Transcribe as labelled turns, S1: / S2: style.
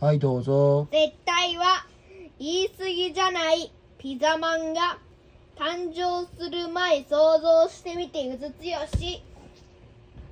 S1: はい、どうぞ。
S2: 絶対は言い過ぎじゃないピザマンが誕生する前想像してみてうずつよし